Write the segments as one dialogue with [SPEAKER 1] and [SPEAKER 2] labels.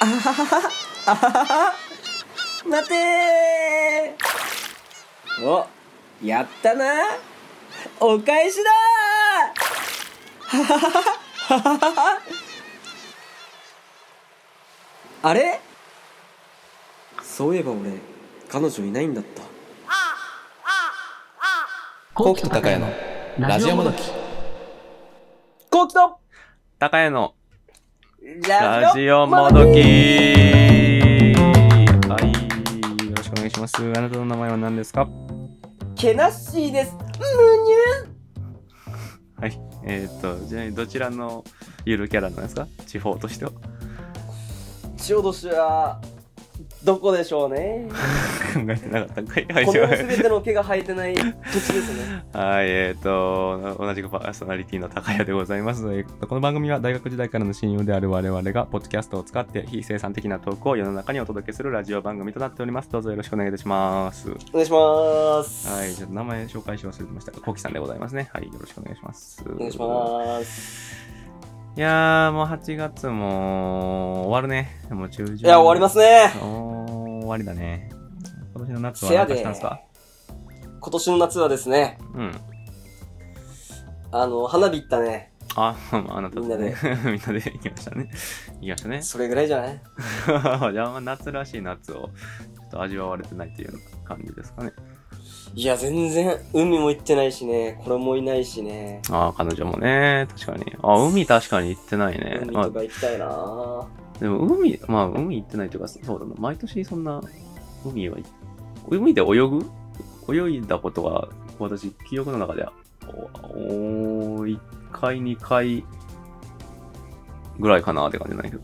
[SPEAKER 1] あはははあははは待てーおやったなお返しだーははははははは あれそういえば俺彼女いないんだった
[SPEAKER 2] コウキと高谷のラジオもどき。
[SPEAKER 1] こうきと
[SPEAKER 3] 高谷の
[SPEAKER 1] ラ
[SPEAKER 3] ラジオもどきはい。よろしくお願いします。あなたの名前は何ですか
[SPEAKER 1] けなっしーですむに
[SPEAKER 3] はい。えーっ、と、ちなみにどちらのゆるキャラなんですか地方として
[SPEAKER 1] ゅ
[SPEAKER 3] は。
[SPEAKER 1] ちょうどしはどこでしょうね
[SPEAKER 3] 考えてなかったんかい。はい。
[SPEAKER 1] こ
[SPEAKER 3] すい
[SPEAKER 1] の
[SPEAKER 3] ませ
[SPEAKER 1] 全
[SPEAKER 3] ん
[SPEAKER 1] ての毛が生えてない土地です ね
[SPEAKER 3] はい、えっ、と、同じくパーソナリティの高谷でございます。えーこの番組は大学時代からの親友である我々が、ポッドキャストを使って非生産的なトークを世の中にお届けするラジオ番組となっております。どうぞよろしくお願いいたします。
[SPEAKER 1] お願いします
[SPEAKER 3] はい、ちょっと名前紹介し忘れてましたが、コキさんでございますね。はい、よろしくお願いします。
[SPEAKER 1] お願いします
[SPEAKER 3] いやー、もう8月も終わるね。もう中旬。
[SPEAKER 1] いや終わりますね
[SPEAKER 3] す。終わりだね。今年の夏は
[SPEAKER 1] せや
[SPEAKER 3] 何
[SPEAKER 1] で
[SPEAKER 3] かしたんですか
[SPEAKER 1] 今年の夏はですね
[SPEAKER 3] うん。
[SPEAKER 1] あの花火行ったね
[SPEAKER 3] あ、 まあ、あなたとね、
[SPEAKER 1] み
[SPEAKER 3] みんなで行きましたね。行きましたね。
[SPEAKER 1] それぐらいじゃない
[SPEAKER 3] じゃあ、まあ夏らしい夏をちょっと味わわれてないというような感じですかね。
[SPEAKER 1] いや全然海も行ってないしねこれもいないしね
[SPEAKER 3] ああ、彼女もね、確かに。あ海確かに行ってないね。
[SPEAKER 1] 海
[SPEAKER 3] まあ
[SPEAKER 1] と、か行きたいなぁ
[SPEAKER 3] でも海、まあ海行ってないというか、そうだな。毎年そんな海は行っ、海で泳ぐ泳いだことが、私、記憶の中では、お、お1回、2回ぐらいかなって感じなんだけど、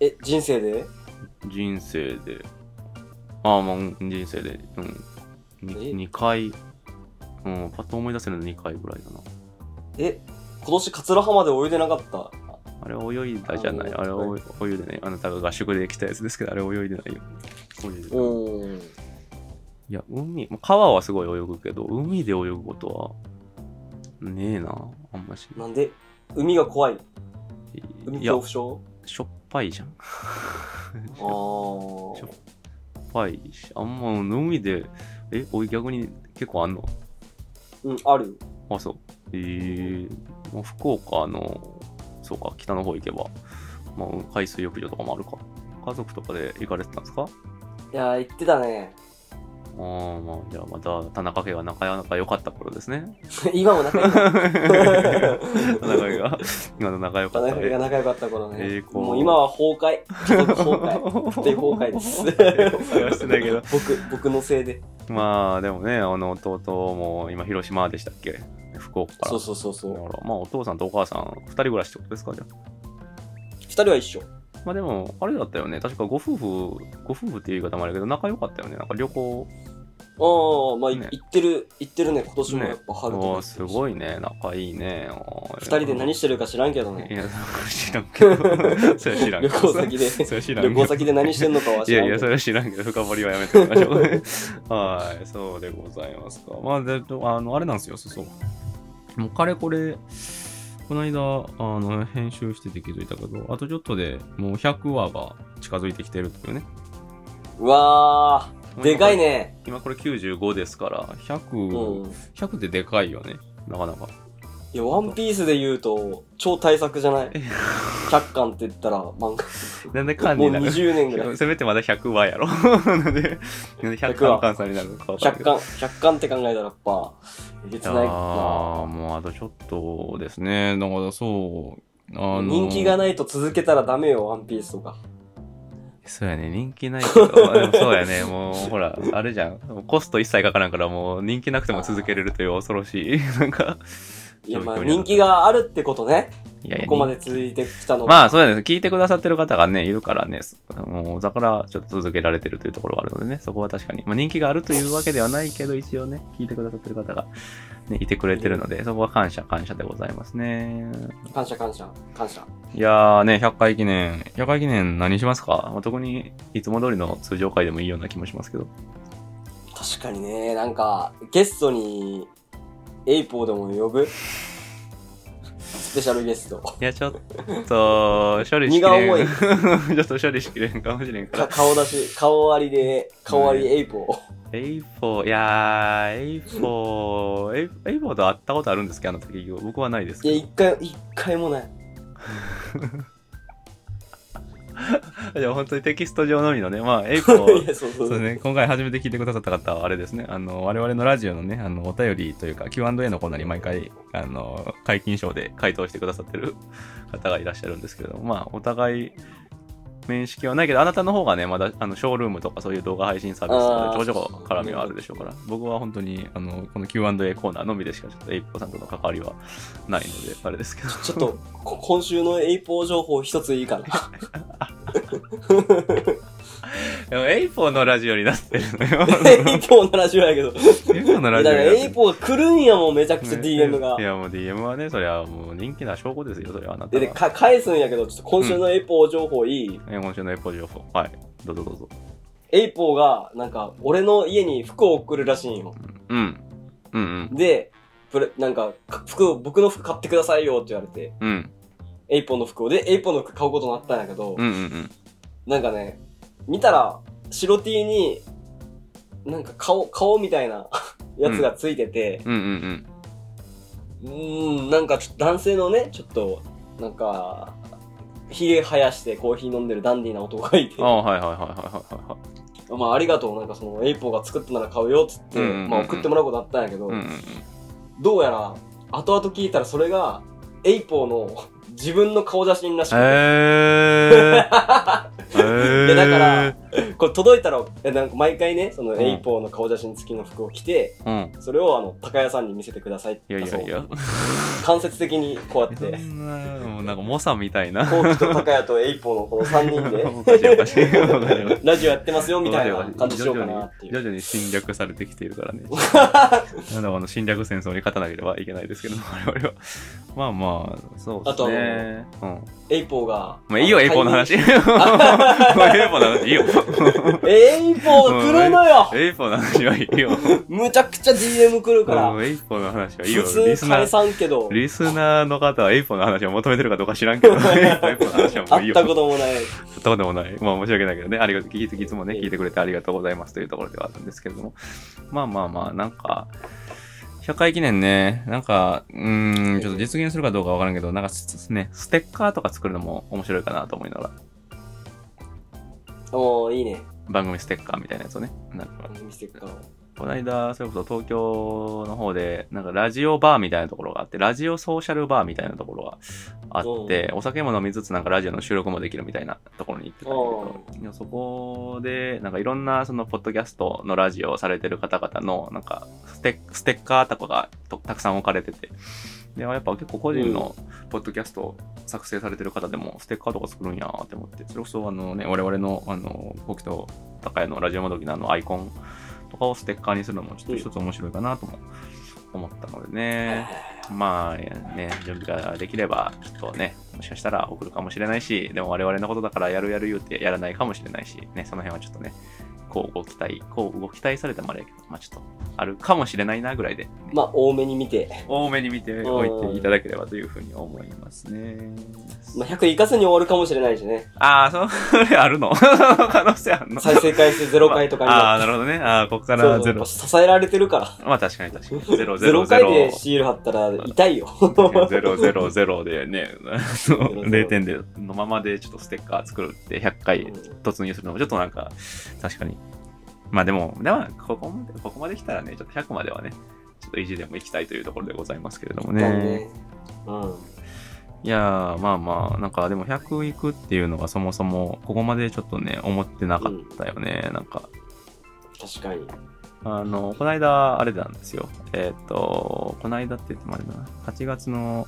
[SPEAKER 1] え人生で
[SPEAKER 3] 人生で、ああ、まあ、うん人生で、うん。
[SPEAKER 1] え
[SPEAKER 3] 2回、うん、パッと思い出せるの2回ぐらいだな。
[SPEAKER 1] え今年桂浜で泳いでなかった
[SPEAKER 3] あれ泳いだじゃない。
[SPEAKER 1] あ
[SPEAKER 3] あれ
[SPEAKER 1] お
[SPEAKER 3] お泳いでない。あなたが合宿で来たやつですけど、あれ泳いでないよ。泳いでない。
[SPEAKER 1] うん
[SPEAKER 3] いや、海、まあ川はすごい泳ぐけど、海で泳ぐことは、ねえな、あんまし。
[SPEAKER 1] なんで海が怖い海
[SPEAKER 3] いや
[SPEAKER 1] 恐、怖症
[SPEAKER 3] しょっぱいじゃん。
[SPEAKER 1] あー
[SPEAKER 3] しょっぱいし、あんま海で、え、おい、逆に結構あんの
[SPEAKER 1] うんある
[SPEAKER 3] あ、そう。えー、まあ福岡の、そうか、北の方行けば、まあ、海水浴場とかもあるか。家族とかで行かれてたんですか
[SPEAKER 1] いやー言ってたね
[SPEAKER 3] ああ、まあ、じゃあまた、田中家がなかなか良かった頃ですね。
[SPEAKER 1] 今も仲良
[SPEAKER 3] 田
[SPEAKER 1] かっ
[SPEAKER 3] 中 家が、今の仲良
[SPEAKER 1] た
[SPEAKER 3] かっ
[SPEAKER 1] 仲
[SPEAKER 3] た
[SPEAKER 1] 良が仲良かった頃ね、
[SPEAKER 3] 栄光
[SPEAKER 1] もう今は崩壊家族崩壊家 庭崩壊です
[SPEAKER 3] はしてないけど
[SPEAKER 1] 僕僕のせいで
[SPEAKER 3] まあでもねあの弟も今広島でしたっけ福岡から
[SPEAKER 1] そうそうそうそう
[SPEAKER 3] だからまあお父さんとお母さん2人暮らしってことですかじゃあ
[SPEAKER 1] 二人は一緒
[SPEAKER 3] まあでもあれだったよね確かご夫婦ご夫婦っていう言い方もあるけど仲良かったよねなんか旅行
[SPEAKER 1] ああまあ、い
[SPEAKER 3] ね
[SPEAKER 1] 行ってる行ってるね今年も
[SPEAKER 3] ね
[SPEAKER 1] やっぱ春とか行
[SPEAKER 3] お
[SPEAKER 1] っ
[SPEAKER 3] ー
[SPEAKER 1] て
[SPEAKER 3] す
[SPEAKER 1] るし
[SPEAKER 3] ごいね仲いいね
[SPEAKER 1] 二人で何してるか知らんけど
[SPEAKER 3] てい
[SPEAKER 1] ね
[SPEAKER 3] や知らん けどそれは知らんけ
[SPEAKER 1] 旅
[SPEAKER 3] ど
[SPEAKER 1] 行先で
[SPEAKER 3] それは知らんけ
[SPEAKER 1] 旅
[SPEAKER 3] ど
[SPEAKER 1] 行先で何してんのかはい知ら
[SPEAKER 3] や
[SPEAKER 1] ん
[SPEAKER 3] い
[SPEAKER 1] け
[SPEAKER 3] や、そ
[SPEAKER 1] ど
[SPEAKER 3] れは知らんけど、深掘りはやめておきましょう。 はい、そうでございますか。まあ、であの、あれなんですよ、そうそう。もう、かれこれ、この間、あの、編集してて気づいたけど、あとちょっとでもう100話が近づいてきてるというね。
[SPEAKER 1] うわーでかい。ね
[SPEAKER 3] 今これ95ですから、
[SPEAKER 1] う
[SPEAKER 3] 100、
[SPEAKER 1] ん
[SPEAKER 3] 100ってでかいよね、なかなか。
[SPEAKER 1] いやワンピースで言うと超大作じゃない100巻って言ったら漫
[SPEAKER 3] なんで
[SPEAKER 1] 画
[SPEAKER 3] 管
[SPEAKER 1] もう
[SPEAKER 3] 理なる
[SPEAKER 1] 20年ぐ らい
[SPEAKER 3] せめてまだ100話やろ。 なんで、なんで100
[SPEAKER 1] 話
[SPEAKER 3] 巻換算になるのかわからんけ
[SPEAKER 1] 100
[SPEAKER 3] ど
[SPEAKER 1] 巻100巻って考えたらやっぱえげつ
[SPEAKER 3] いや
[SPEAKER 1] ないな
[SPEAKER 3] ーもうあとちょっとですね。だからそう、あの
[SPEAKER 1] 人気がないと続けたらダメよワンピースとか
[SPEAKER 3] そうやね、人気ないけど、あでもそうやね、 もうほら、あれじゃん。コスト一切かからんから、もう人気なくても続けれるという恐ろしい、 なんか。
[SPEAKER 1] いやまあ
[SPEAKER 3] 状況になる
[SPEAKER 1] 人気があるってことね
[SPEAKER 3] いやいや、
[SPEAKER 1] ここまで続いてきたのが
[SPEAKER 3] まあそうやね、聞いてくださってる方がね、いるからね、もうだからちょっと続けられてるというところがあるのでね、そこは確かに。まあ人気があるというわけではないけど、一応ね、聞いてくださってる方が、ね、いてくれてるので、そこは感謝、感謝でございますね。
[SPEAKER 1] 感謝感謝感謝
[SPEAKER 3] いやーね、100回記念。100回記念何しますか、まあ、特にいつも通りの通常回でもいいような気もしますけど。
[SPEAKER 1] 確かにねなんかゲストにエイポーでも呼ぶスペシャルゲスト。
[SPEAKER 3] いや、ちょっと、 処理しきれん。 ちょっと処理しきれんかもしれんか。
[SPEAKER 1] から顔出し、顔割りで、顔割りエイポを。
[SPEAKER 3] A4、いやー、A4、A4 と会ったことあるんですけど、あの時、僕はないです
[SPEAKER 1] いや、一
[SPEAKER 3] け
[SPEAKER 1] 回、一回もない。
[SPEAKER 3] ど。じゃあ、本当にテキスト上のみのね、まあ、
[SPEAKER 1] い
[SPEAKER 3] A4、
[SPEAKER 1] や、そうそう
[SPEAKER 3] そ
[SPEAKER 1] そうう。
[SPEAKER 3] ね、今回初めて聞いてくださった方は、あれですね、あの、我々のラジオのね、あの、お便りというか、Q&A のコーナーに毎回、あの、解禁賞で回答してくださってる 方がいらっしゃるんですけれども、まあ、お互い、面識はないけど、あなたの方がね、まだ、あの、ショールームとかそういう動画配信サービスとかでちょこちょこ絡みはあるでしょうから、僕は本当に、あの、この Q&A コーナーのみでしか、ちょっとエイポさんとの関わりはないので、あれですけど。
[SPEAKER 1] ちょっと、こ今週のエイポ情報一ついいか な。
[SPEAKER 3] でも、エイポのラジオになってるのよ。
[SPEAKER 1] エイポの話はやけど。
[SPEAKER 3] エイポのラ
[SPEAKER 1] だ
[SPEAKER 3] ジ
[SPEAKER 1] から、
[SPEAKER 3] オになって
[SPEAKER 1] エイ
[SPEAKER 3] る。
[SPEAKER 1] ポが来るんやもん、めちゃくちゃ DM が
[SPEAKER 3] い。や、もう DM はね、そりゃもう人気な証拠ですよ、それはあなた
[SPEAKER 1] で、で
[SPEAKER 3] は。
[SPEAKER 1] か返すんやけど、ちょっと今週のエイポ情報いい。
[SPEAKER 3] え今週のエイポ情報。はい。どうぞどうぞ。
[SPEAKER 1] エイポが、なんか、俺の家に服を送るらしいんよ。
[SPEAKER 3] うん。うんうん。
[SPEAKER 1] で、プレなんか、か服を、僕の服買ってくださいよって言われて、
[SPEAKER 3] うん。
[SPEAKER 1] エイポの服を。で、エイポの服買うことになったんやけど、
[SPEAKER 3] うんうん
[SPEAKER 1] なんかね、見たら、白 T に、なんか顔、顔みたいなやつがついてて、
[SPEAKER 3] うん。うんう
[SPEAKER 1] う
[SPEAKER 3] ん
[SPEAKER 1] ーん、なんかちょっと男性のね、ちょっと、なんか、ひげ生やしてコーヒー飲んでるダンディーな男がいて
[SPEAKER 3] うん。あ、あ、はいはいはいはいはいはい。
[SPEAKER 1] まあありがとう、なんかその、エイポが作ったなら買うよっつって、
[SPEAKER 3] うんうんうんうん
[SPEAKER 1] まあ送ってもらうことあったんやけど、
[SPEAKER 3] うんうんうん。
[SPEAKER 1] どうやら、後々聞いたらそれが、エイポの自分の顔写真らしくて、
[SPEAKER 3] えー、え
[SPEAKER 1] いやだから
[SPEAKER 3] ー、
[SPEAKER 1] これ届いたら、えなんか毎回ね、そのエイポーの顔写真付きの服を着て、
[SPEAKER 3] うん。
[SPEAKER 1] それをあの、高屋さんに見せてくださいって
[SPEAKER 3] いやいやいや
[SPEAKER 1] そう。間接的にこうやっ
[SPEAKER 3] そ
[SPEAKER 1] て、
[SPEAKER 3] んな、もうなんか、猛者みたいな。
[SPEAKER 1] コウキと高屋とエイポーのこの3人
[SPEAKER 3] おかしいおかしい。おかしいおかし
[SPEAKER 1] で
[SPEAKER 3] い、
[SPEAKER 1] ラジオやってますよみたいな感じしようかなってい
[SPEAKER 3] 徐
[SPEAKER 1] う。
[SPEAKER 3] 々に侵略されてきているから ね。なんだろうあの侵略戦争に勝たなければいけないで すけど、我々は。まあまあ、そうで
[SPEAKER 1] あとは
[SPEAKER 3] す
[SPEAKER 1] もう
[SPEAKER 3] ね。うん。
[SPEAKER 1] エイポーが。
[SPEAKER 3] まあいいよ、エイポーの話。。もうエイポ ーの話いいよ。
[SPEAKER 1] エイポー来るのよ
[SPEAKER 3] エイポーの話はいいよ。
[SPEAKER 1] むちゃくちゃ DM 来るから
[SPEAKER 3] う。んエイポーの話はいいよ。
[SPEAKER 1] 普
[SPEAKER 3] リ
[SPEAKER 1] 通
[SPEAKER 3] スナ
[SPEAKER 1] 返
[SPEAKER 3] ー、
[SPEAKER 1] さんけど、
[SPEAKER 3] リスナーの方はエイポーの話を求めてるかどうか知らんけど、エイポ ーの話はもう
[SPEAKER 1] 会
[SPEAKER 3] いい
[SPEAKER 1] っ
[SPEAKER 3] よ。
[SPEAKER 1] たこともない。
[SPEAKER 3] そうでもない。まあ申し訳ないけどね。ありがとう。いついつもね、
[SPEAKER 1] ええ
[SPEAKER 3] 聞いてくれてありがとうございますというところではあるんですけれども。まあまあまあ、なんか、100回記念ね、なんか、うーん、ちょっと実現するかどうかわからんけど、なんかすね、ステッカーとか作るのも面白いかなと思いながら、
[SPEAKER 1] おー、いいね。
[SPEAKER 3] 番組ステッカーみたいなやつをね。なんか、
[SPEAKER 1] 見せてくから。
[SPEAKER 3] この間、それこそ東京の方で、なんかラジオバーみたいなところがあって、ラジオソーシャルバーみたいなところがあって、お酒も飲みつつなんかラジオの収録もできるみたいなところに行ってたんだけど、いやそこで、なんかいろんなそのポッドキャストのラジオをされてる方々の、なんかステステッカーとかがとたくさん置かれてて、で、やっぱ結構個人のポッドキャストを作成されてる方でもステッカーとか作るんやーって思って、それこそあのね、我々の、あの、僕と高谷のラジオもどきのあのアイコンとかをステッカーにするのもちょっと一つ面白いかなとも思ったのでね、まあね、準備ができれば、ちょっとね、もしかしたら送るかもしれないし、でも我々のことだからやるやる言うてやらないかもしれないし、ね、その辺はちょっとね、こうご期待、こうご期待されてもあれやけど、まあちょっとあるかもしれないなぐらいで、
[SPEAKER 1] まあ、多めに見て。
[SPEAKER 3] 多めに見ておいていただければというふうに思いますね。
[SPEAKER 1] まあ、100いかずに終わるかもしれないしね。
[SPEAKER 3] ああ、それあるの その可能性あるの
[SPEAKER 1] 再生回数ゼロ回とかに
[SPEAKER 3] あ
[SPEAKER 1] な
[SPEAKER 3] あ、
[SPEAKER 1] って。
[SPEAKER 3] なるほどね。 ああ、ここか
[SPEAKER 1] そう
[SPEAKER 3] らゼ
[SPEAKER 1] やっ
[SPEAKER 3] ロ
[SPEAKER 1] ぱ。支えられてるから。
[SPEAKER 3] まあ確かに確かに。ゼロゼ
[SPEAKER 1] ゼ
[SPEAKER 3] ロ
[SPEAKER 1] ロ
[SPEAKER 3] ゼ
[SPEAKER 1] 回
[SPEAKER 3] ロ
[SPEAKER 1] で。シール貼ったら痛いよ。
[SPEAKER 3] ゼロゼロゼロでね、あの
[SPEAKER 1] ロ
[SPEAKER 3] 0点でのままでちょっとステッカー作るって100回突入するのもちょっとなんか、確かに。まあでも、ではここまで、ここまで来たらね、ちょっと100まではね、ちょっと意地でも行きたいというところでございますけれども
[SPEAKER 1] だ
[SPEAKER 3] ね。
[SPEAKER 1] ね。うん。
[SPEAKER 3] いやー、まあまあ、なんかでも100いくっていうのがそもそも、ここまでちょっとね、思ってなかったよね。なんか、
[SPEAKER 1] 確かに。
[SPEAKER 3] あの、この間、あれなんですよ。えーっ、と、この間って言ってもあれだな、8月の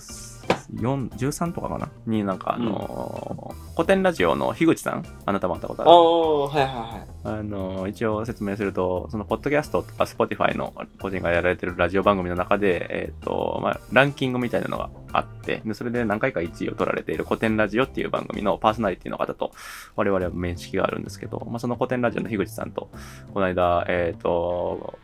[SPEAKER 3] 14 13とかかなになんかあのー古典ラジオの樋口さんあなたも会ったことあ
[SPEAKER 1] あ
[SPEAKER 3] る
[SPEAKER 1] あ、はいはいはい。
[SPEAKER 3] あの、一応説明すると、その、ポッドキャストとか、スポティファイの個人がやられてるラジオ番組の中で、えっ、と、まあ、ランキングみたいなのがあって、で、それで何回か1位を取られている古典ラジオっていう番組のパーソナリティの方と、我々は面識があるんですけど、まあ、その古典ラジオの樋口さんと、この間、えっ、と、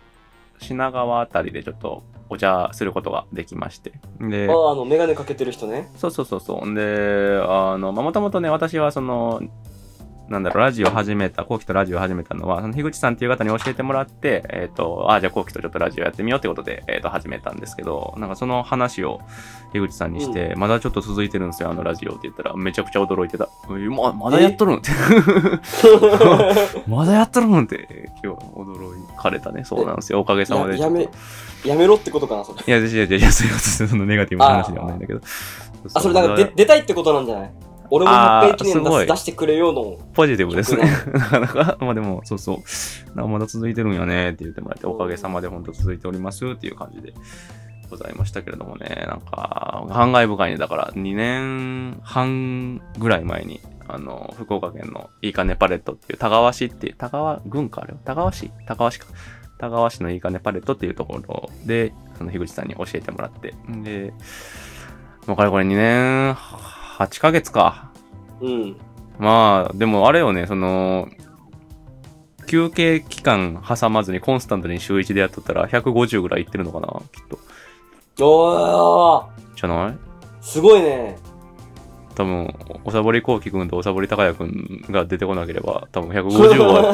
[SPEAKER 3] 品川あたりでちょっと、お茶することができまして。で、
[SPEAKER 1] ああの眼鏡かけてる人 ね
[SPEAKER 3] そうそうそうそう。で、あの、まあ、もともとね、私はその、なんだろう、ラジオ始めた、後期とラジオ始めたのは、その、樋口さんっていう方に教えてもらって、えっ、と、ああ、じゃあ後期とちょっとラジオやってみようってことで、えっ、と、始めたんですけど、なんかその話を樋口さんにして、まだちょっと続いてるんですよ、あのラジオって言ったら、めちゃくちゃ驚いてた。えま、まだやっとるんって。 まだやっとるんって、今日驚かれたね。そうなんですよ、おかげさまで
[SPEAKER 1] や。やめやめろってことかなそれ
[SPEAKER 3] いや、いやいやいやいや、そういうことそのネガティブな話ではないんだけど。
[SPEAKER 1] あそれなんかで出たいってことなんじゃない俺も
[SPEAKER 3] あ
[SPEAKER 1] 100
[SPEAKER 3] ー
[SPEAKER 1] 回記念
[SPEAKER 3] すご
[SPEAKER 1] 出
[SPEAKER 3] い
[SPEAKER 1] す出してくれよの
[SPEAKER 3] ポジティブですね
[SPEAKER 1] 曲。
[SPEAKER 3] なかなか、まあでも、そうそう。なんかまだ続いてるんよねって言ってもらえて、おかげさまで本当続いておりますっていう感じでございましたけれどもね、なんか、感慨深いね。だから、2年半ぐらい前に、あの、福岡県のいいかねパレットっていう、田川市っていう、田川郡かあれは田川市田川市か。田川市のいいかねパレットっていうところで、その樋口さんに教えてもらって。で、もうかれこれ2年8ヶ月か。
[SPEAKER 1] うん
[SPEAKER 3] まあ、でもあれよね、その、休憩期間挟まずにコンスタントに週1でやっとったら150ぐらいいってるのかな、きっと。
[SPEAKER 1] おー
[SPEAKER 3] じゃない
[SPEAKER 1] すごいね
[SPEAKER 3] 多分、おさぼりこうきくんとおさぼりたかやくんが出てこなければ、多分150は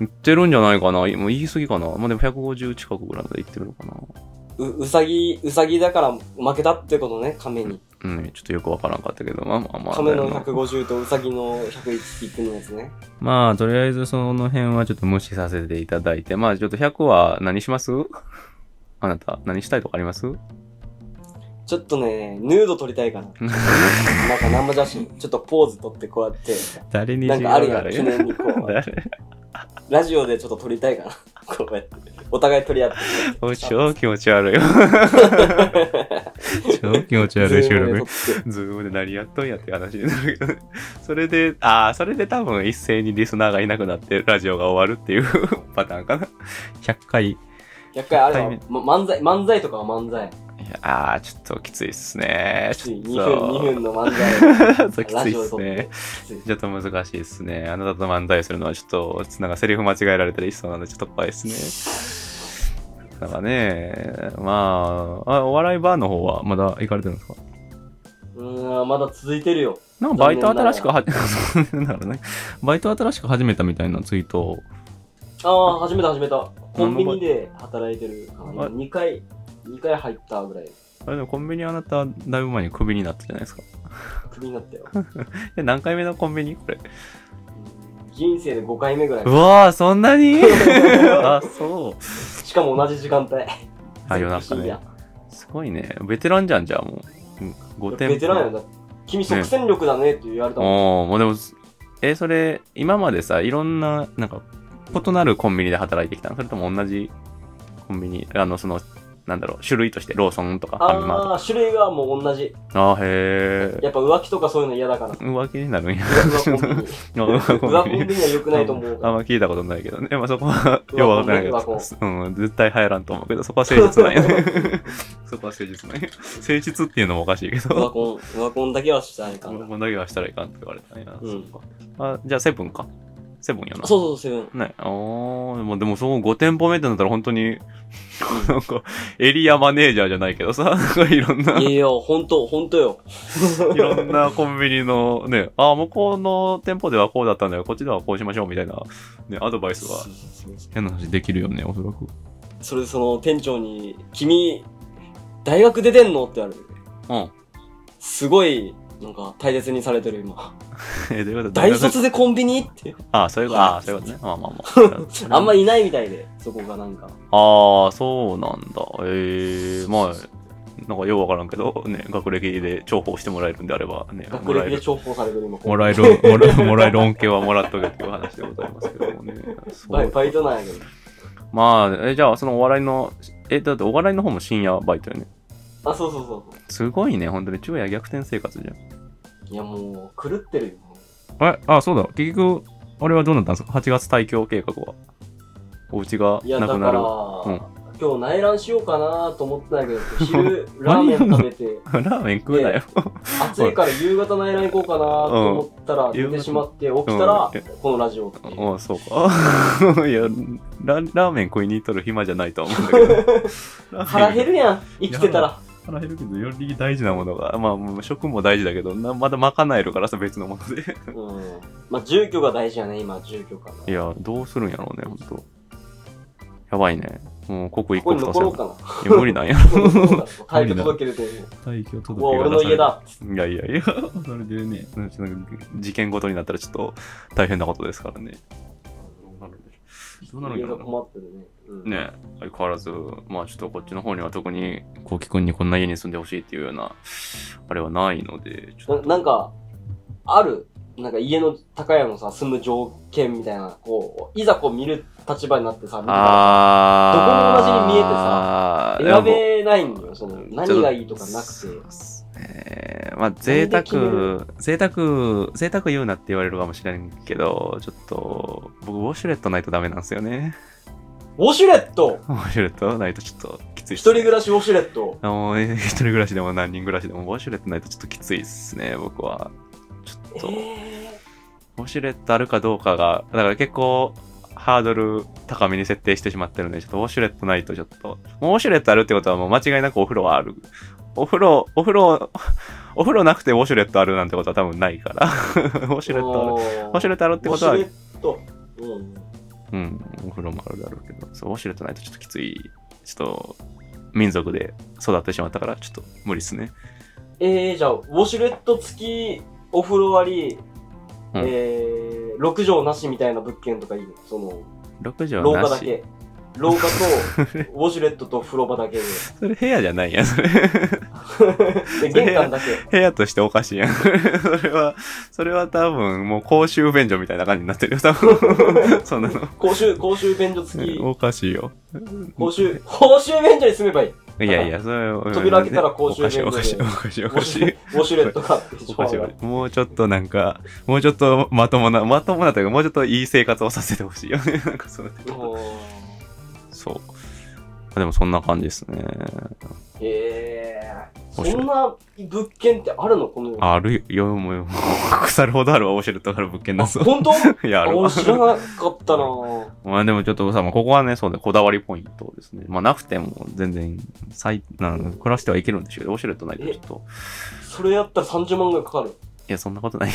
[SPEAKER 3] いってるんじゃないかな。いもう言い過ぎかな。まあでも150近くぐらいまでいってるのかな。
[SPEAKER 1] ううさぎうさぎだから負けたってことね亀に
[SPEAKER 3] うん、ちょっとよくわからんかったけど、まあまあまあ。
[SPEAKER 1] 亀の150とうさぎの101匹のやつね
[SPEAKER 3] まあ、とりあえずその辺はちょっと無視させていただいて、まあちょっと100は何しますあなた、何したいとかあります
[SPEAKER 1] ちょっとねヌード撮りたい かななんか生写真ちょっとポーズ撮ってこうやって
[SPEAKER 3] 誰に
[SPEAKER 1] なん
[SPEAKER 3] 需
[SPEAKER 1] かある
[SPEAKER 3] 要
[SPEAKER 1] や
[SPEAKER 3] があ
[SPEAKER 1] ん
[SPEAKER 3] る
[SPEAKER 1] 記念にこ う
[SPEAKER 3] 誰
[SPEAKER 1] ラジオでちょっと撮りたいかな こうやってお互い撮り合って
[SPEAKER 3] お超気持ち悪いよ。 超気持ち悪い収録。ズームで何やっとんやって話になるけど、それで、ああ、それで多分一斉にリスナーがいなくなってラジオが終わるっていう パターンかな。100回。
[SPEAKER 1] やっぱりあれは
[SPEAKER 3] 対
[SPEAKER 1] ま漫才漫才とかは漫才
[SPEAKER 3] いやああ、ちょっときついっすね。ちょっ
[SPEAKER 1] 2
[SPEAKER 3] と
[SPEAKER 1] 分2分の漫才
[SPEAKER 3] ちょ っときつ
[SPEAKER 1] ラジ
[SPEAKER 3] い
[SPEAKER 1] オ
[SPEAKER 3] っ
[SPEAKER 1] です撮っ
[SPEAKER 3] ね
[SPEAKER 1] て。きつい
[SPEAKER 3] ちょっと難しいっすね。あなたと漫才するのはちょっと、なんかセリフ間違えられたりしそうなんでちょっと怖いっすね。なんかね、まあ、あお笑いバーの方はまだ行かれてるんですか
[SPEAKER 1] うーんまだ続いてるよ
[SPEAKER 3] なんかバイト新しくは、 そうなんだろうね。バイト新しく始めたみたいなツイートを。
[SPEAKER 1] ああ始めた始めたコンビニで働いてるかな2回2回入ったぐらい
[SPEAKER 3] あれでもコンビニあなた、だいぶ前にクビになったじゃないですか。
[SPEAKER 1] クビになった よ
[SPEAKER 3] で、何回目のコンビニこれ。
[SPEAKER 1] 人生で5回目ぐらいう
[SPEAKER 3] わぁ、そん なにあ、そう。
[SPEAKER 1] しかも同じ時間帯
[SPEAKER 3] あ、夜中
[SPEAKER 1] い
[SPEAKER 3] ね
[SPEAKER 1] や。
[SPEAKER 3] すごいね。ベテランじゃん、じゃあもう。うん5店舗。
[SPEAKER 1] ベテランやんだ君即戦力だねって言われたもん、
[SPEAKER 3] おおもうでもえそれ今までさいろんななんか異なるコンビニで働いてきたのそれとも同じコンビニあのそのなんだろう種類としてローソンとかファミマとか
[SPEAKER 1] ああ種類がもう同じ
[SPEAKER 3] あーへえ
[SPEAKER 1] やっぱ浮気とかそういうの嫌だから
[SPEAKER 3] 浮気になる んや
[SPEAKER 1] 裏コンビニ
[SPEAKER 3] 浮
[SPEAKER 1] 裏コンビニは良くないと思う
[SPEAKER 3] あん
[SPEAKER 1] か
[SPEAKER 3] ま聞いたことないけどね。まあ そこは、
[SPEAKER 1] うわ
[SPEAKER 3] ようわからないけ
[SPEAKER 1] うわこ
[SPEAKER 3] ど、うん、絶対入らんと思うけど、そこは誠実なん やね。そこは誠実なんや。誠実っていうのもおかしいけ
[SPEAKER 1] ら。
[SPEAKER 3] ど、
[SPEAKER 1] ワ
[SPEAKER 3] こ
[SPEAKER 1] コン、ワコンだけはしたいかな。
[SPEAKER 3] こんだけはしたらいかんって言われたんやな。
[SPEAKER 1] うん
[SPEAKER 3] そっかあ、じゃあセブンか。セブンやな。
[SPEAKER 1] そうそう、セブン。
[SPEAKER 3] ね、おー、まあでもそう5店舗目ってなったら本当に、なんか、エリアマネージャーじゃないけどさ、なんかいろんな、
[SPEAKER 1] いや
[SPEAKER 3] い
[SPEAKER 1] いや、ほんと、ほんとよ。
[SPEAKER 3] ろんなコンビニのね、あ、向こうの店舗ではこうだったんだよ、こっちではこうしましょうみたいな、ね、アドバイスは、変な話できるよね、おそらく。
[SPEAKER 1] それでその店長に、君、大学出てんのって言われて。
[SPEAKER 3] うん。
[SPEAKER 1] すごい、なんか大切にされてる今。
[SPEAKER 3] え、どういうこと
[SPEAKER 1] 大卒でコンビニって。
[SPEAKER 3] あ、そういうこと、あ、そういうことね。まあまあま あ。
[SPEAKER 1] あんまいないみたいで、そこがなんか。
[SPEAKER 3] ああ、そうなんだ。ええまあ、なんかようわからんけど、ね、学歴で重宝してもらえるんであれば、ね、
[SPEAKER 1] 学
[SPEAKER 3] もら
[SPEAKER 1] 歴
[SPEAKER 3] える
[SPEAKER 1] で重宝されてる今。
[SPEAKER 3] もら える、もらもらえる恩恵はもらっとけっていう話でございますけどもね。そう
[SPEAKER 1] バイバイトなんやけど。
[SPEAKER 3] まあ、え、じゃあそのお笑いの、え、だってお笑いの方も深夜バイトよね。
[SPEAKER 1] あ、そうそうそうそ
[SPEAKER 3] すごいね、本当に昼夜逆転生活じゃん。
[SPEAKER 1] う。いや、もう、狂ってるよ。
[SPEAKER 3] え、あ、そうだ。結局、あれはどうなったんですか ?8 月退去計画は。お家が
[SPEAKER 1] いや、
[SPEAKER 3] な
[SPEAKER 1] だか
[SPEAKER 3] く
[SPEAKER 1] ら、
[SPEAKER 3] なる。うん
[SPEAKER 1] 今日内覧しようかなと思ってないけど、 昼ラーメン食べて、
[SPEAKER 3] ラーメン食うなよ。
[SPEAKER 1] 暑いから夕方内覧行こうかなと思ったら、
[SPEAKER 3] うん
[SPEAKER 1] 寝てしまって、起きたら
[SPEAKER 3] うん、
[SPEAKER 1] このラジオっていう。
[SPEAKER 3] ああ、そうか。 いやラ、ラーメン食いに行っとる暇じゃないとは思うん だけど。ラーメン
[SPEAKER 1] 腹減るやん、生きてたら。
[SPEAKER 3] 腹減るけど、より大事なものが、まあもう、食も大事だけど、なまだ賄えるからさ、別のもので。
[SPEAKER 1] うん。まあ、住居が大事やね、今、住居かな。
[SPEAKER 3] いや、どうするんやろうね、ほんと。やばいね。もう、ここ一
[SPEAKER 1] ここ
[SPEAKER 3] 個
[SPEAKER 1] に
[SPEAKER 3] 使わ
[SPEAKER 1] 残
[SPEAKER 3] せ
[SPEAKER 1] ろう。かな。
[SPEAKER 3] るいや無理なん や。
[SPEAKER 1] ここに残ろうかな退去届けるという。
[SPEAKER 3] 退去届
[SPEAKER 1] ここは俺の家だ。
[SPEAKER 3] いやいやいや、それでね、なんか 事件ごとになったらちょっと大変なことですからね。どうなるん
[SPEAKER 1] 家
[SPEAKER 3] やろ
[SPEAKER 1] が
[SPEAKER 3] うな
[SPEAKER 1] 困ってるね。うん
[SPEAKER 3] ね相変わらず、まあちょっとこっちの方には特に、こうきくんにこんな家に住んでほしいっていうような、あれはないので、ちょ
[SPEAKER 1] な
[SPEAKER 3] っと。
[SPEAKER 1] なんか、ある、なんか家の高屋のさ、住む条件みたいな、こう、いざこう見る立場になってさ、見てたら
[SPEAKER 3] あー。
[SPEAKER 1] どこも同じに見えてさ選べ
[SPEAKER 3] いや
[SPEAKER 1] ないんよ、その、何がいいとかなく
[SPEAKER 3] そう
[SPEAKER 1] て
[SPEAKER 3] っ。すねまあ贅
[SPEAKER 1] それで決め
[SPEAKER 3] 沢贅沢贅沢言うなって言われるかもしれんけどちょっと僕ウォシュレットないとダメなんですよね
[SPEAKER 1] ウォシュレット
[SPEAKER 3] ウォシュレットないとちょっときついっ
[SPEAKER 1] 一
[SPEAKER 3] す
[SPEAKER 1] 人暮らしウォシュレット。
[SPEAKER 3] あもうえ一人暮らしでも何人暮らしでもウォシュレットないとちょっときついっすね僕はちょっと、
[SPEAKER 1] え
[SPEAKER 3] ウォシュレットあるかどうかがだから結構ハードル高めに設定してしまってるのでちょっとウォシュレットないとちょっともうウォシュレットあるってことはもう間違いなくお風呂はあるお風呂お風呂 お風呂なくてウォシュレットあるなんてことは多分ないから ウォ
[SPEAKER 1] ー、
[SPEAKER 3] シュレットある
[SPEAKER 1] る
[SPEAKER 3] ウォシュレットあるってことは
[SPEAKER 1] ウォシュレット。うん。
[SPEAKER 3] うんお風呂もあるだろうけどそうウォシュレットないとちょっときついちょっと民族で育ってしまったからちょっと無理っすね
[SPEAKER 1] えー、じゃあ、ウォシュレット付きお風呂あり、
[SPEAKER 3] うん
[SPEAKER 1] えー、6畳なしみたいな物件とかいいのその、
[SPEAKER 3] 6畳
[SPEAKER 1] 廊下
[SPEAKER 3] はな
[SPEAKER 1] だ
[SPEAKER 3] し
[SPEAKER 1] け。廊下 と、ウォシュレットと風呂場だけで。
[SPEAKER 3] それ部屋じゃないやんそれ
[SPEAKER 1] で、玄関だけ。
[SPEAKER 3] 部屋としておかしいやん。そ れは、それは多分、もう公衆便所みたいな感じになってるよ、多分。そんなの。
[SPEAKER 1] 公衆、公衆便所付き、
[SPEAKER 3] おかしいよ。
[SPEAKER 1] 公衆、公衆便所に住めばいい。
[SPEAKER 3] いやいや、それ は。
[SPEAKER 1] 扉開けたら公衆便所で
[SPEAKER 3] おかしい、おかしい、お
[SPEAKER 1] ウォ
[SPEAKER 3] かし
[SPEAKER 1] シ
[SPEAKER 3] い、お
[SPEAKER 1] ュ
[SPEAKER 3] かしい。
[SPEAKER 1] ウォシュレットがあって、
[SPEAKER 3] おかしい。もうちょっとなんか、もうちょっとまともな、まともなというか、もうちょっといい生活をさせてほしいよね。 なんかその
[SPEAKER 1] もう
[SPEAKER 3] そう。あでもそんな感じですね。
[SPEAKER 1] へえ
[SPEAKER 3] 面白い
[SPEAKER 1] そんな物件ってあるのこの世に
[SPEAKER 3] あるよ、 もう、腐るほどあるわ、おしるとある物件だぞ。
[SPEAKER 1] 本当
[SPEAKER 3] いや、あるわ
[SPEAKER 1] あ知らなかったなぁ。
[SPEAKER 3] まあでもちょっとさ、まあ、ここはね、そうね、こだわりポイントですね。まあなくても全然、最、なん暮らしてはいけるんでしょうけど、ウォシュレットないとちょっと、
[SPEAKER 1] それやったら30万ぐらいかかる。
[SPEAKER 3] いや、そんなことないよ。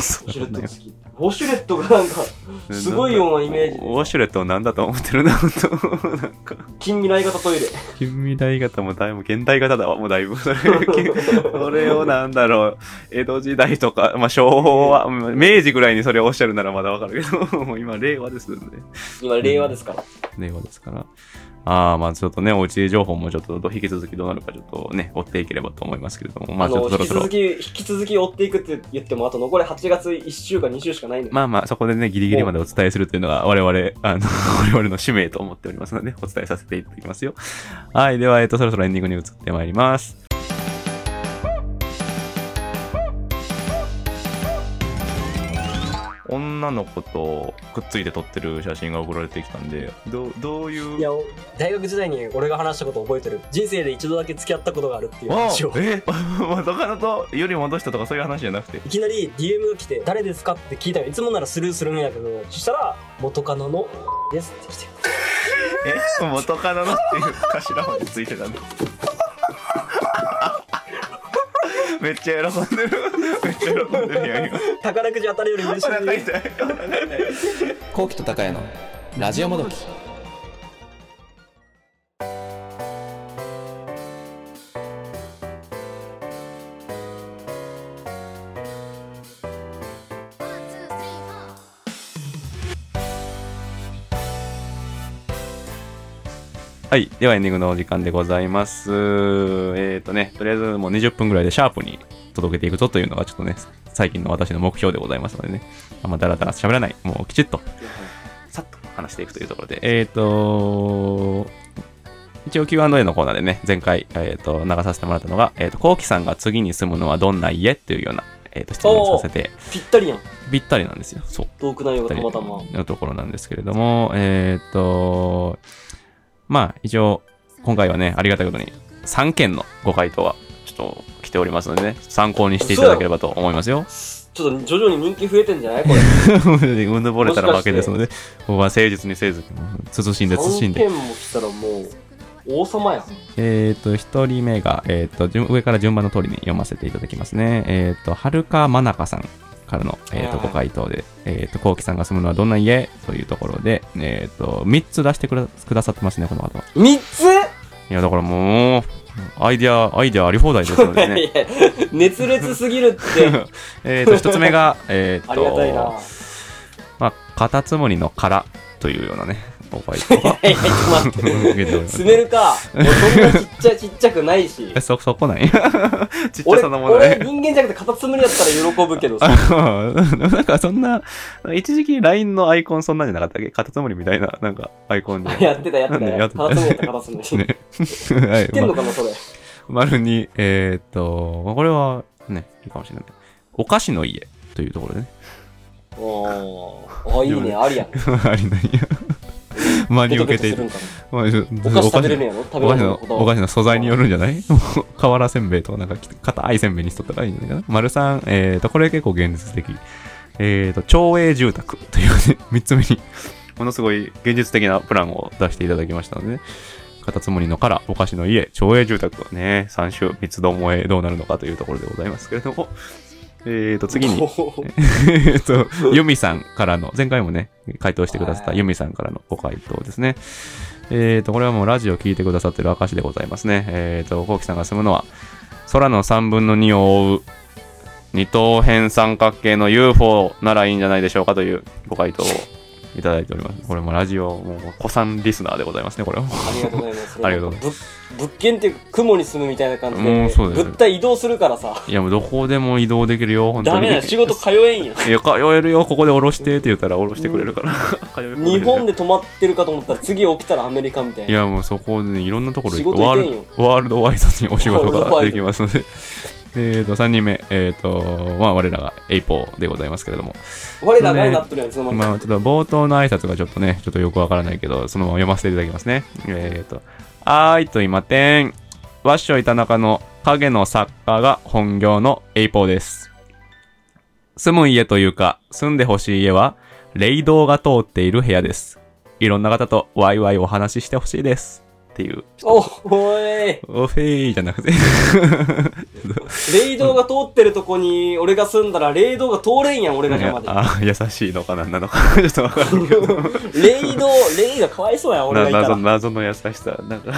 [SPEAKER 3] そ
[SPEAKER 1] ウォシュ
[SPEAKER 3] ん
[SPEAKER 1] レ
[SPEAKER 3] な
[SPEAKER 1] ット
[SPEAKER 3] ことない
[SPEAKER 1] 付き。ウォシュレットがなんか、
[SPEAKER 3] よ
[SPEAKER 1] すごいようなイメージ
[SPEAKER 3] ウォシュレットをなんだと思ってるんだろうと。 なんか、
[SPEAKER 1] 近未来型トイレ。
[SPEAKER 3] 近未来型もだいぶ、現代型だわ、もうだいぶ。 それ、それをなんだろう、江戸時代とか、まあ昭和、まあ明治ぐらいにそれをおっしゃるならまだわかるけど、 もう今、令和ですよね。
[SPEAKER 1] 今、令和ですから。
[SPEAKER 3] 令和ですから。ああ、まあちょっとね、おうち情報もちょっと引き続きどうなるかちょっとね、追っていければと思いますけれども、ま
[SPEAKER 1] あ
[SPEAKER 3] あちょ
[SPEAKER 1] の、
[SPEAKER 3] っとそ
[SPEAKER 1] 引
[SPEAKER 3] ろ
[SPEAKER 1] き
[SPEAKER 3] そろ
[SPEAKER 1] 続。き、引き続き追っていくって言っても、あと残り8月1週か2週しかないんで。
[SPEAKER 3] まあまあ、そこでね、ギリギリまでお伝えするというのが、我々、あの、 我々の使命と思っておりますので、お伝えさせていただきますよ。はい、では、えっと、そろそろエンディングに移ってまいります。女の子とくっついて撮ってる写真が送られてきたんで、どう、どういう。
[SPEAKER 4] いや大学時代に俺が話したこと覚えてる人生で一度だけ付き合ったことがあるっていう話を
[SPEAKER 3] おえ元カノとより戻したとかそういう話じゃなくて
[SPEAKER 4] いきなり DM が来て「誰ですか?」って聞いたのいつもならスルーするんやけどそしたら「元カノのです」って来て
[SPEAKER 3] え元カノのっていう頭までついてたんだめっちゃ喜んでるめっちゃ喜んでるやん今
[SPEAKER 4] 宝くじ当たるより嬉しい
[SPEAKER 3] お腹痛いお腹痛い
[SPEAKER 5] こうきとたかやのラジオもどき。
[SPEAKER 3] はい。ではエンディングのお時間でございます。えっ、ー、とね、とりあえずもう20分ぐらいでシャープに届けていくぞというのがちょっとね、最近の私の目標でございますのでね、あんまだらだら喋らない、もうきちっと、さっと話していくというところで、えっ、ー、と、一応 Q&A のコーナーでね、前回、えー、と流させてもらったのが、えっ、ー、と、こうきさんが次に住むのはどんな家っていうような、えっ、と、質問をさせて、
[SPEAKER 1] ぴったりやん。
[SPEAKER 3] ぴったりなんですよ。そう。
[SPEAKER 1] トーク内容がたまたま。
[SPEAKER 3] のところなんですけれども、えーっと、まあ、一応、今回はね、ありがたいことに、3件のご回答が、ちょっと来ておりますのでね、参考にしていただければと思いますよ。
[SPEAKER 1] ちょっと徐々に人気増えてんじゃないこれ。
[SPEAKER 3] うんぬぼれたら負けですので、ここは誠実にせず、慎んで
[SPEAKER 1] 3
[SPEAKER 3] 慎んで。
[SPEAKER 1] 件も来たらもう、王様やん。
[SPEAKER 3] えっ、と、1人目が、えっ、と順、上から順番の通りに読ませていただきますね。えっ、と、はるかまなかさんからの、えー、と
[SPEAKER 1] はい
[SPEAKER 3] ご回答で、えっ、と、こうきさんが住むのはどんな家というところで、えっ、と、3つ出してくだくださってますね、この方。い
[SPEAKER 1] 3つ
[SPEAKER 3] や、だからもう、アイデア、アイデアあり放題ですのでね。
[SPEAKER 1] いや熱烈すぎるって。
[SPEAKER 3] えっと、1つ 目が、えっ、
[SPEAKER 1] ありが たいな
[SPEAKER 3] と、。まあ、カタツムリの殻というようなね、ご回答 が
[SPEAKER 1] いやいや、ちょっと待って。
[SPEAKER 3] 受けております
[SPEAKER 1] スネルか。もうそんなちっちゃいちっちゃくないし
[SPEAKER 3] え、。そ、そこない ちっちゃ
[SPEAKER 1] 俺、
[SPEAKER 3] さの問題
[SPEAKER 1] 俺。人間じゃなくてカタツムリだったら喜ぶけどさ。
[SPEAKER 3] あ なんかそんな、一時期 LINE のアイコンそんなんじゃなかったっけカタツムリみたいな、なんかアイコンに。
[SPEAKER 1] やってたやってた。
[SPEAKER 3] ね
[SPEAKER 1] やってたカタツムリだったらカタツムリ。知
[SPEAKER 3] ね
[SPEAKER 1] っ
[SPEAKER 3] はい
[SPEAKER 1] てんの
[SPEAKER 3] ま
[SPEAKER 1] かな、それ。
[SPEAKER 3] 丸に、えーっと、まあこれはね、いいかもしれない。お菓子の家というところでね。
[SPEAKER 1] おー。あ、いいね、ありやん。
[SPEAKER 3] あり なんや。真に受けてい
[SPEAKER 1] ベト
[SPEAKER 3] る。
[SPEAKER 1] ベトす
[SPEAKER 3] まあお
[SPEAKER 1] るんかなお菓子食べれねえ
[SPEAKER 3] の
[SPEAKER 1] やろ食べ
[SPEAKER 3] お菓
[SPEAKER 1] れ
[SPEAKER 3] 子
[SPEAKER 1] ねえの
[SPEAKER 3] の、お菓子の素材によるんじゃない もう瓦せんべいとか、なんか、硬いせんべいにしとったらいいんじゃないかな。丸さん、えーっと、これ結構現実的。えーっと、町営住宅というね、3つ目 に、ものすごい現実的なプランを出していただきましたので、ね、カタツムリの殻、お菓子の家、町営住宅、ね、3種、三つどもえ、どうなるのかというところでございますけれども、えーと、次に、 えっと、ユミさんからの、前回もね、回答してくださった
[SPEAKER 1] はい
[SPEAKER 3] ユミさんからのご回答ですね。えっと、これはもうラジオ聞いてくださってる証でございますね。えっと、コウキさんが住むのは、空の3分の2を覆う、二等辺三角形の UFO ならいいんじゃないでしょうかというご回答をいただいております。これもラジオ、もう、子さんリスナーでございますね、これは。
[SPEAKER 1] ありがとうございます。
[SPEAKER 3] ありがとうござい
[SPEAKER 1] ぶ物件っていうか雲に住むみたいな感じ
[SPEAKER 3] もう
[SPEAKER 1] で、
[SPEAKER 3] そうです
[SPEAKER 1] 物体移動するからさ、
[SPEAKER 3] いや、もうどこでも移動できるよ、本当
[SPEAKER 1] ダ
[SPEAKER 3] に。
[SPEAKER 1] メだよ、仕事通えんよ。
[SPEAKER 3] いや、通えるよ、ここで降ろしてって言ったら降ろしてくれるから。 通える
[SPEAKER 1] 日本で止まってるかと思ったら、次起きたらアメリカみたい
[SPEAKER 3] い
[SPEAKER 1] な。
[SPEAKER 3] やもうそこでねいろんなところ
[SPEAKER 1] 仕
[SPEAKER 3] 行く
[SPEAKER 1] 事
[SPEAKER 3] ワ
[SPEAKER 1] 行けん
[SPEAKER 3] ー
[SPEAKER 1] よ
[SPEAKER 3] ルドワールドワイドにお仕事ができますので えーと3人目えーとまあ我らがエイポーでございますけれども
[SPEAKER 1] 我らがになってるやん、そのま
[SPEAKER 3] まあちょっと冒頭の挨拶がちょっとねちょっとよくわからないけどそのまま読ませていただきますねえーと「あーいと今てんわっしょい田中の影の作家が本業のエイポーです住む家というか住んでほしい家は霊道が通っている部屋ですいろんな方とワイワイお話ししてほしいですっていう
[SPEAKER 1] おおい
[SPEAKER 3] オフェイじゃなく て。
[SPEAKER 1] 霊道が通ってるとこに俺が住んだら霊道が通れんやん俺が邪魔で
[SPEAKER 3] あ優しいのかなんな のか。ちょっとわかるけど。
[SPEAKER 1] 霊道霊がかわいそうやん俺が
[SPEAKER 3] ない
[SPEAKER 1] たら
[SPEAKER 3] 謎謎の優しさ。な んか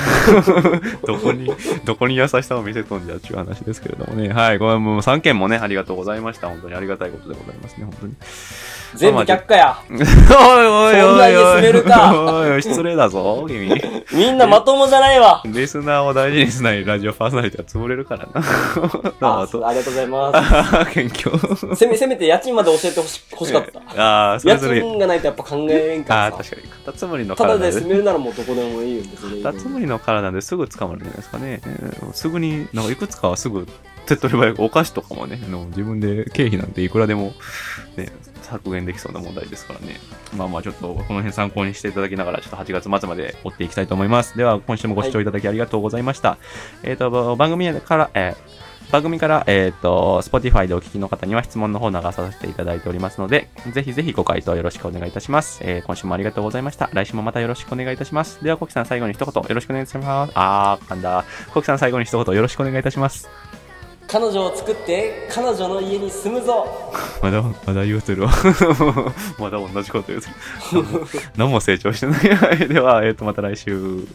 [SPEAKER 3] どこに、どこに優しさを見せとんじゃっていう話ですけれどもね。はい。これはもう3件もね、ありがとうございました。本当にありがたいことでございますね。本 当に。
[SPEAKER 1] 全部却下や
[SPEAKER 3] おいおい
[SPEAKER 1] そんな
[SPEAKER 3] おい
[SPEAKER 1] 家
[SPEAKER 3] お
[SPEAKER 1] 住
[SPEAKER 3] い。
[SPEAKER 1] めるか
[SPEAKER 3] おいおい、失礼だぞ、君。
[SPEAKER 1] みんなまともじゃないわ
[SPEAKER 3] リスナーを大事にしないラジオパーソナリティは潰れるからな。
[SPEAKER 1] あ
[SPEAKER 3] あ
[SPEAKER 1] あり
[SPEAKER 3] と、
[SPEAKER 1] がとうございま
[SPEAKER 3] 謙
[SPEAKER 1] す
[SPEAKER 3] 虚。
[SPEAKER 1] せめせめて家賃まで教えてほし欲しかった
[SPEAKER 3] ああ、そ
[SPEAKER 1] 家
[SPEAKER 3] れぞれ。
[SPEAKER 1] 賃がないとやっぱ考えれん
[SPEAKER 3] ああ、
[SPEAKER 1] からさ
[SPEAKER 3] 確かに。カタツムリの
[SPEAKER 1] ただ
[SPEAKER 3] 体
[SPEAKER 1] で
[SPEAKER 3] で
[SPEAKER 1] 住めるならもうどこでもいいよ別に
[SPEAKER 3] カタツムリの殻なんですぐ捕まるんじゃないですかね。えーすぐに、なんかいくつかはすぐ手っ取り早くお菓子とかもね、あの自分で経費なんていくらでも、ね、削減できそうな問題ですからね。まあまあちょっとこの辺参考にしていただきながら、ちょっと8月末まで追っていきたいと思います。では今週もご視聴いただきありがとうございました。えっ、と、番組から、えー番組から、えっ、と、Spotify でお聞きの方には質問の方を流させていただいておりますので、ぜひぜひご回答よろしくお願いいたします。えー今週もありがとうございました。来週もまたよろしくお願いいたします。では、コキさん最後に一言よろしくお願いします。あー、噛んだ。コキさん最後に一言よろしくお願いいたします。
[SPEAKER 1] 彼女を作って彼女の家に住むぞ
[SPEAKER 3] まだ、まだ言うてるわ。 まだ同じこと言うてる。何も成長してない。では、えっ、と、また来週。